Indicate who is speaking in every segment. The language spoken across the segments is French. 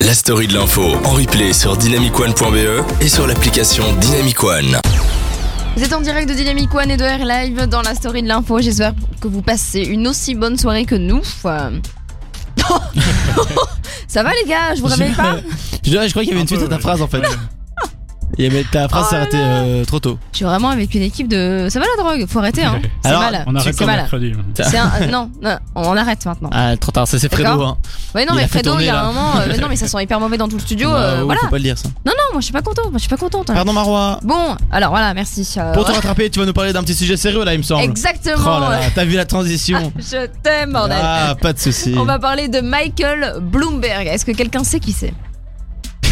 Speaker 1: la story de l'info en replay sur dynamicone.be E et sur l'application Dynamic One.
Speaker 2: Vous êtes en direct de Dynamic One et de Air Live dans la story de l'info. J'espère que vous passez une aussi bonne soirée que nous. Euh, Ça va les gars, je vous réveille pas
Speaker 3: Je, dirais, je crois qu'il y avait une suite à ta phrase en fait. Il y avait- ta phrase
Speaker 2: Oh
Speaker 3: s'est arrêtée euh, trop tôt.
Speaker 2: Je suis vraiment avec une équipe de. Ça va la drogue, faut arrêter hein. C'est
Speaker 3: Alors,
Speaker 2: mal.
Speaker 4: On arrête
Speaker 2: C'est
Speaker 4: le
Speaker 2: mal.
Speaker 4: mercredi.
Speaker 2: C'est un- euh, Non, non, on arrête maintenant.
Speaker 3: Ah, trop tard, ça c'est Fredo.
Speaker 2: D'accord.
Speaker 3: Hein.
Speaker 2: Ouais, non,
Speaker 3: Il
Speaker 2: mais
Speaker 3: a fait
Speaker 2: Fredo, il
Speaker 3: tourner,
Speaker 2: y a
Speaker 3: là.
Speaker 2: un moment. euh, mais non, mais ça sent hyper mauvais dans tout le studio.
Speaker 3: Bah,
Speaker 2: euh,
Speaker 3: oh,
Speaker 2: voilà.
Speaker 3: Faut pas le dire ça.
Speaker 2: Non, non, moi je suis pas contente. Moi je suis pas contente.
Speaker 3: Pardon Marois.
Speaker 2: Bon, alors voilà, merci. euh,
Speaker 3: Pour te
Speaker 2: voilà.
Speaker 3: rattraper, tu vas nous parler d'un petit sujet sérieux là, il me semble.
Speaker 2: Exactement.
Speaker 3: Oh là là, t'as vu la transition
Speaker 2: Je t'aime, bordel.
Speaker 3: Ah, pas de souci.
Speaker 2: On va parler de Michael Bloomberg. Est-ce que quelqu'un sait qui c'est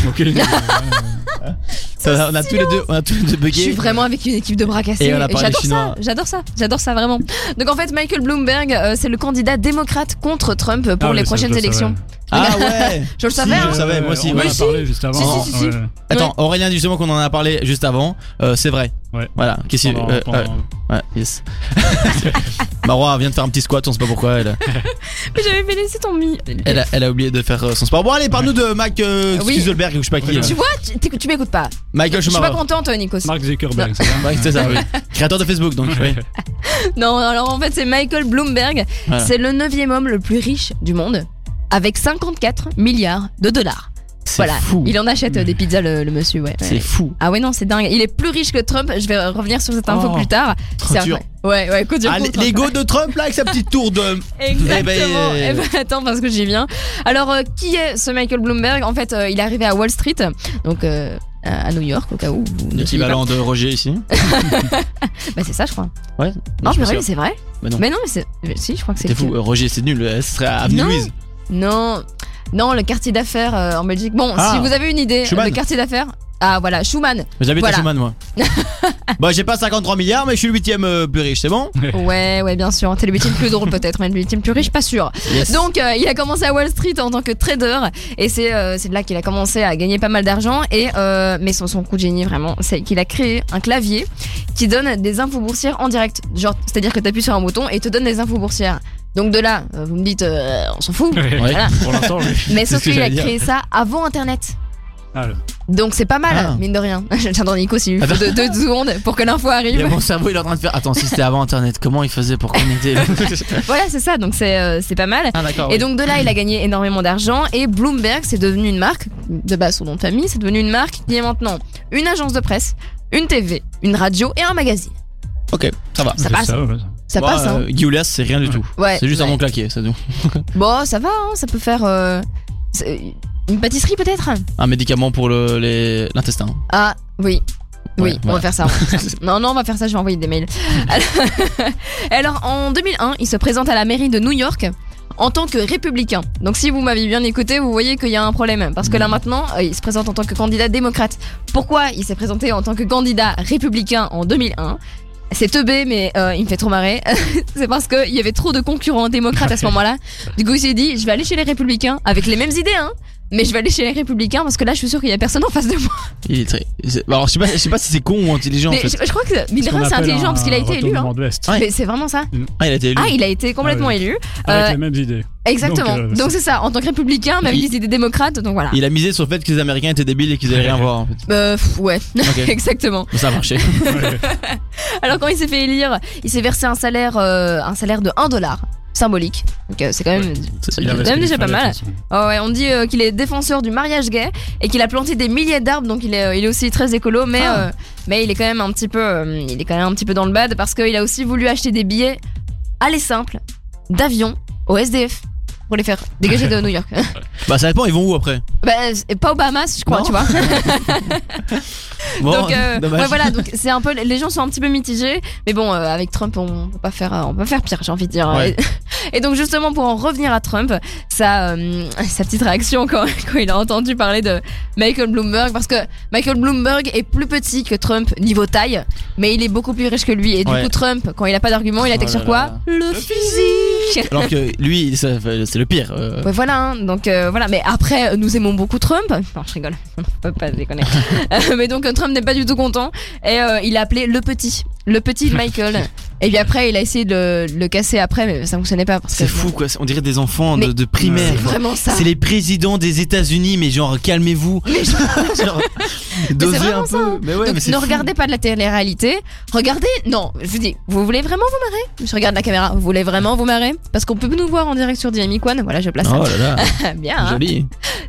Speaker 4: Ok. Euh,
Speaker 3: Ça, on, a tous les deux, on a tous les deux
Speaker 2: Je suis
Speaker 3: bugué.
Speaker 2: vraiment avec une équipe de bras cassés.
Speaker 3: Et on a parlé
Speaker 2: j'adore ça,
Speaker 3: chinois.
Speaker 2: j'adore ça, j'adore ça vraiment. Donc en fait, Michael Bloomberg, euh, c'est le candidat démocrate contre Trump pour
Speaker 4: ah,
Speaker 2: les
Speaker 4: oui, ça,
Speaker 2: prochaines
Speaker 4: je le
Speaker 2: élections.
Speaker 4: savais.
Speaker 3: Ah ouais
Speaker 2: Je le
Speaker 3: Si,
Speaker 2: savais.
Speaker 3: je
Speaker 2: hein.
Speaker 3: le savais, moi
Speaker 4: Euh,
Speaker 3: aussi,
Speaker 4: On
Speaker 3: voilà.
Speaker 4: en a parlé juste avant.
Speaker 2: Si, si, si, si.
Speaker 4: ouais.
Speaker 3: Attends, Aurélien, justement, qu'on en a parlé juste avant, euh, c'est vrai.
Speaker 4: Ouais.
Speaker 3: Voilà, qu'est-ce qu'il.
Speaker 4: Pendant-
Speaker 3: euh, euh,
Speaker 4: pendant-
Speaker 3: ouais, yes. Marois vient de faire un petit squat, on sait pas pourquoi. Elle a,
Speaker 2: Mais j'avais fait laisser ton mi.
Speaker 3: elle a- elle a oublié de faire euh, son sport. Bon, allez, parle-nous de Mac euh,
Speaker 2: Oui.
Speaker 3: Zuckerberg, ou je sais pas qui.
Speaker 4: Oui.
Speaker 3: euh,
Speaker 2: Tu vois, tu, t'écoutes- tu m'écoutes pas.
Speaker 3: Michael
Speaker 2: Je suis
Speaker 3: Schumacher.
Speaker 2: pas contente, euh, Nikos.
Speaker 4: Mark Zuckerberg, c'est ça
Speaker 3: Ouais, c'est ça, oui. Créateur de Facebook, donc. oui.
Speaker 2: Non, alors en fait, c'est Michael Bloomberg.
Speaker 3: Voilà.
Speaker 2: C'est le neuvième homme le plus riche du monde, avec 54 milliards de dollars.
Speaker 3: C'est
Speaker 2: Voilà,
Speaker 3: fou.
Speaker 2: il en achète euh, des pizzas, le, le monsieur, ouais.
Speaker 3: C'est
Speaker 2: ouais.
Speaker 3: fou.
Speaker 2: Ah ouais, non, c'est dingue. Il est plus riche que Trump. Je vais revenir sur cette info
Speaker 3: Oh,
Speaker 2: plus tard.
Speaker 3: trop dur.
Speaker 2: incroyable. Ouais, ouais, coup dur, hein.
Speaker 3: Ah,
Speaker 2: coup
Speaker 3: l-
Speaker 2: dur.
Speaker 3: l'ego de Trump là avec sa petite tour de. Eh ben,
Speaker 2: Exactement.
Speaker 3: euh,
Speaker 2: Eh ben, attends, parce que j'y viens. Alors, euh, qui est ce Michael Bloomberg En fait, euh, il est arrivé à Wall Street, donc euh, à à New York, au cas où. vous ne suivez pas.
Speaker 3: L'équivalent de Roger ici.
Speaker 2: Bah, c'est ça, je crois.
Speaker 3: Ouais.
Speaker 2: Non,
Speaker 3: je
Speaker 2: mais
Speaker 3: pense
Speaker 2: oui,
Speaker 3: que-
Speaker 2: c'est vrai.
Speaker 3: Euh, Mais non.
Speaker 2: Mais non, mais c'est. mais Si, je crois que c'est.
Speaker 3: T'es
Speaker 2: le-
Speaker 3: fou, euh, Roger c'est nul, euh, ce serait à Avenue
Speaker 2: Non.
Speaker 3: Louise.
Speaker 2: Non, non, le quartier d'affaires euh, en Belgique. Bon,
Speaker 3: Ah.
Speaker 2: si vous avez une idée,
Speaker 3: Schumann.
Speaker 2: le quartier d'affaires. Ah voilà, Schumann.
Speaker 3: Mais J'habite
Speaker 2: Voilà.
Speaker 3: à Schumann moi. bah j'ai pas 53 milliards mais je suis le 8ème plus riche, c'est bon
Speaker 2: Ouais, ouais, bien sûr. T'es le métier le plus drôle peut-être, mais le métier le plus riche, pas sûr. Donc, euh, il a commencé à Wall Street en tant que trader, et c'est euh, c'est de là qu'il a commencé à gagner pas mal d'argent. Et euh, mais son, son coup de génie vraiment, c'est qu'il a créé un clavier qui donne des infos boursières en direct. Genre, c'est-à-dire que t'appuies sur un bouton et il te donne des infos boursières. Donc de là, euh, vous me dites, euh, on s'en fout.
Speaker 4: Ouais.
Speaker 2: Voilà.
Speaker 4: Pour l'instant, oui.
Speaker 2: Mais
Speaker 3: C'est
Speaker 2: sauf
Speaker 3: ce que
Speaker 2: qu'il a
Speaker 3: j'allais dire.
Speaker 2: créé ça avant Internet.
Speaker 4: Ah, le-
Speaker 2: Donc c'est pas mal,
Speaker 3: Ah.
Speaker 2: mine de rien. J'attends Nico s'il lui faut deux, deux secondes pour que l'info
Speaker 3: Il y
Speaker 2: arrive.
Speaker 3: a mon cerveau il est en train de faire Attends si c'était avant internet comment il faisait pour connecter
Speaker 2: Voilà, c'est ça, donc c'est euh, c'est pas mal.
Speaker 3: Ah d'accord.
Speaker 2: Et donc de là, il a gagné énormément d'argent et Bloomberg, c'est devenu une marque, de base son nom de famille, c'est devenu une marque qui est maintenant une agence de presse, une TV, une radio et un magazine.
Speaker 3: Ok, ça va.
Speaker 2: Ça
Speaker 4: c'est
Speaker 2: passe.
Speaker 4: ça, ouais, ça.
Speaker 2: Ça
Speaker 3: Moi,
Speaker 2: passe, hein
Speaker 3: euh, Guy Oulias, c'est rien du tout.
Speaker 2: Ouais.
Speaker 3: c'est juste un
Speaker 2: ouais.
Speaker 3: bon claqué, c'est tout.
Speaker 2: Bon, ça va, hein, ça peut faire euh, c'est- une pâtisserie peut-être
Speaker 3: Un médicament pour le- les- l'intestin.
Speaker 2: Ah, oui. Oui,
Speaker 3: Ouais,
Speaker 2: on
Speaker 3: voilà.
Speaker 2: va faire ça. non, non, on va faire ça, je vais envoyer des mails. Alors- Alors, en 2001, il se présente à la mairie de New York en tant que républicain. Donc, si vous m'avez bien écouté, vous voyez qu'il y a un problème. Parce que là,
Speaker 3: Mm.
Speaker 2: maintenant, euh, il se présente en tant que candidat démocrate. Pourquoi il s'est présenté en tant que candidat républicain en 2001 c'est teubé, mais euh, il me fait trop marrer. c'est parce qu'il y avait trop de concurrents démocrates à ce moment-là. Du coup, il s'est dit, je vais aller chez les républicains avec les mêmes idées, hein. Mais je vais aller chez les républicains parce que là, je suis sûr qu'il y a personne en face de moi.
Speaker 3: Il est très. c'est- bah, Alors je sais pas, je sais pas si c'est con ou intelligent en
Speaker 2: Mais
Speaker 3: fait.
Speaker 2: je, je crois que mine de
Speaker 4: Ce qu'on
Speaker 2: rien, c'est
Speaker 4: appelle
Speaker 2: intelligent
Speaker 4: un
Speaker 2: parce qu'il a été élu. hein.
Speaker 4: retournement de veste.
Speaker 3: Ouais.
Speaker 2: Mais c'est vraiment ça.
Speaker 3: Ah il a été élu.
Speaker 2: Ah, il a été complètement
Speaker 4: Ah oui.
Speaker 2: élu.
Speaker 4: Avec
Speaker 2: Euh,
Speaker 4: les mêmes idées.
Speaker 2: Exactement.
Speaker 4: euh,
Speaker 2: Donc c'est ça, en tant que républicain, même
Speaker 3: Il-
Speaker 2: des idées démocrates, donc voilà.
Speaker 3: Il a misé sur le fait que les Américains étaient débiles et qu'ils allaient rien voir en fait.
Speaker 2: Euh, pff, ouais,
Speaker 3: Ok,
Speaker 2: exactement.
Speaker 3: ça a marché.
Speaker 4: Ouais.
Speaker 2: Alors quand il s'est fait élire, il s'est versé un salaire, euh, un salaire de 1 dollar symbolique. Donc euh, c'est quand même,
Speaker 3: C'est-
Speaker 4: Il a
Speaker 2: quand même
Speaker 4: respecté
Speaker 2: déjà
Speaker 4: les
Speaker 2: pas
Speaker 4: femmes,
Speaker 2: mal.
Speaker 4: de toute façon.
Speaker 2: Oh ouais, on dit euh, qu'il est défenseur du mariage gay et qu'il a planté des milliers d'arbres, donc il est, euh, il est aussi très écolo, mais,
Speaker 3: Ah.
Speaker 2: euh, mais il est quand même un petit peu, euh, il est quand même un petit peu dans le bad parce qu'il a aussi voulu acheter des billets, allez simple, d'avion au SDF pour les faire dégager de New York.
Speaker 3: Bah ça dépend, ils vont où après
Speaker 2: bah, c'est pas au Bahamas, je crois,
Speaker 3: Non.
Speaker 2: tu vois.
Speaker 3: Bon,
Speaker 2: donc euh,
Speaker 3: dommage.
Speaker 2: ouais, voilà, donc c'est un peu, les gens sont un petit peu mitigés, mais bon, euh, avec Trump, on peut pas faire, euh, on peut pas faire pire, j'ai envie de dire.
Speaker 3: Ouais.
Speaker 2: Et, et donc justement pour en revenir à Trump, sa, euh, sa petite réaction quand, quand il a entendu parler de Michael Bloomberg, parce que Michael Bloomberg est plus petit que Trump niveau taille, mais il est beaucoup plus riche que lui, et du
Speaker 3: Ouais.
Speaker 2: coup Trump, quand il a pas d'argument, il attaque
Speaker 3: Oh
Speaker 2: sur
Speaker 3: là
Speaker 2: quoi
Speaker 3: là.
Speaker 2: Le physique.
Speaker 3: Alors que lui, ça fait- c'est le pire. euh,
Speaker 2: Ouais, voilà, hein. donc euh, voilà. Mais après, euh, nous aimons beaucoup Trump. Non, je rigole, on peut pas déconner. Euh, mais donc, euh, Trump n'est pas du tout content et euh, il a appelé le petit. le petit Michael. Et puis après, il a essayé de le, le casser après, mais ça fonctionnait pas. parce que-
Speaker 5: C'est fou quoi, on dirait des enfants de,
Speaker 2: Mais-
Speaker 5: de primaire.
Speaker 2: C'est vraiment ça.
Speaker 5: C'est les présidents des États-Unis, mais genre calmez-vous.
Speaker 2: Mais je-
Speaker 5: Genre, dosez
Speaker 2: vraiment
Speaker 5: un
Speaker 2: ça,
Speaker 5: peu.
Speaker 2: hein.
Speaker 5: Mais ouais,
Speaker 2: Donc
Speaker 5: mais c'est
Speaker 2: ne
Speaker 5: fou.
Speaker 2: regardez pas de la télé-réalité. Regardez, non, je vous dis, vous voulez vraiment vous marrer Je regarde la caméra. Vous voulez vraiment vous marrer Parce qu'on peut nous voir en direct sur Dynamic One. Voilà, je place
Speaker 5: Ah
Speaker 3: Oh là là,
Speaker 2: ça. Bien. hein.
Speaker 3: joli.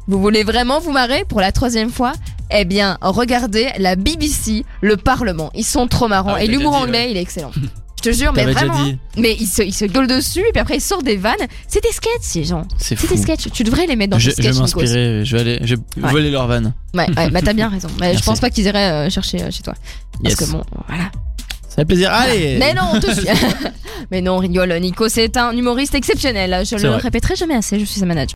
Speaker 2: Vous voulez vraiment vous marrer pour la troisième fois Eh bien, regardez la BBC, le Parlement. Ils sont trop marrants.
Speaker 5: Ah ouais,
Speaker 2: Et
Speaker 5: t'as
Speaker 2: l'humour
Speaker 5: déjà dit,
Speaker 2: anglais, il est excellent. Je te jure, mais
Speaker 3: T'avais déjà
Speaker 2: vraiment.
Speaker 3: dit.
Speaker 2: hein. Mais ils se, ils se gueulent dessus, et puis après ils sortent des vannes. C'est des sketchs, ces gens.
Speaker 5: C'est
Speaker 2: C'est
Speaker 5: fou.
Speaker 2: des sketchs. Tu devrais les mettre dans
Speaker 3: Je,
Speaker 2: tes
Speaker 3: je vais
Speaker 2: sketchs, Nikos.
Speaker 3: m'inspirer, je vais aller, je vais
Speaker 2: Ouais.
Speaker 3: voler leur van.
Speaker 2: Ouais, ouais, bah t'as bien raison. Mais je
Speaker 3: Merci.
Speaker 2: pense pas qu'ils iraient euh, chercher euh, chez toi. Parce
Speaker 3: Yes.
Speaker 2: que bon, voilà.
Speaker 3: Ça fait plaisir. Allez
Speaker 2: Mais non, on te suit. Mais non, on rigole. Nico, c'est un humoriste exceptionnel. Je le
Speaker 3: vrai.
Speaker 2: répéterai jamais assez. Je suis sa manager.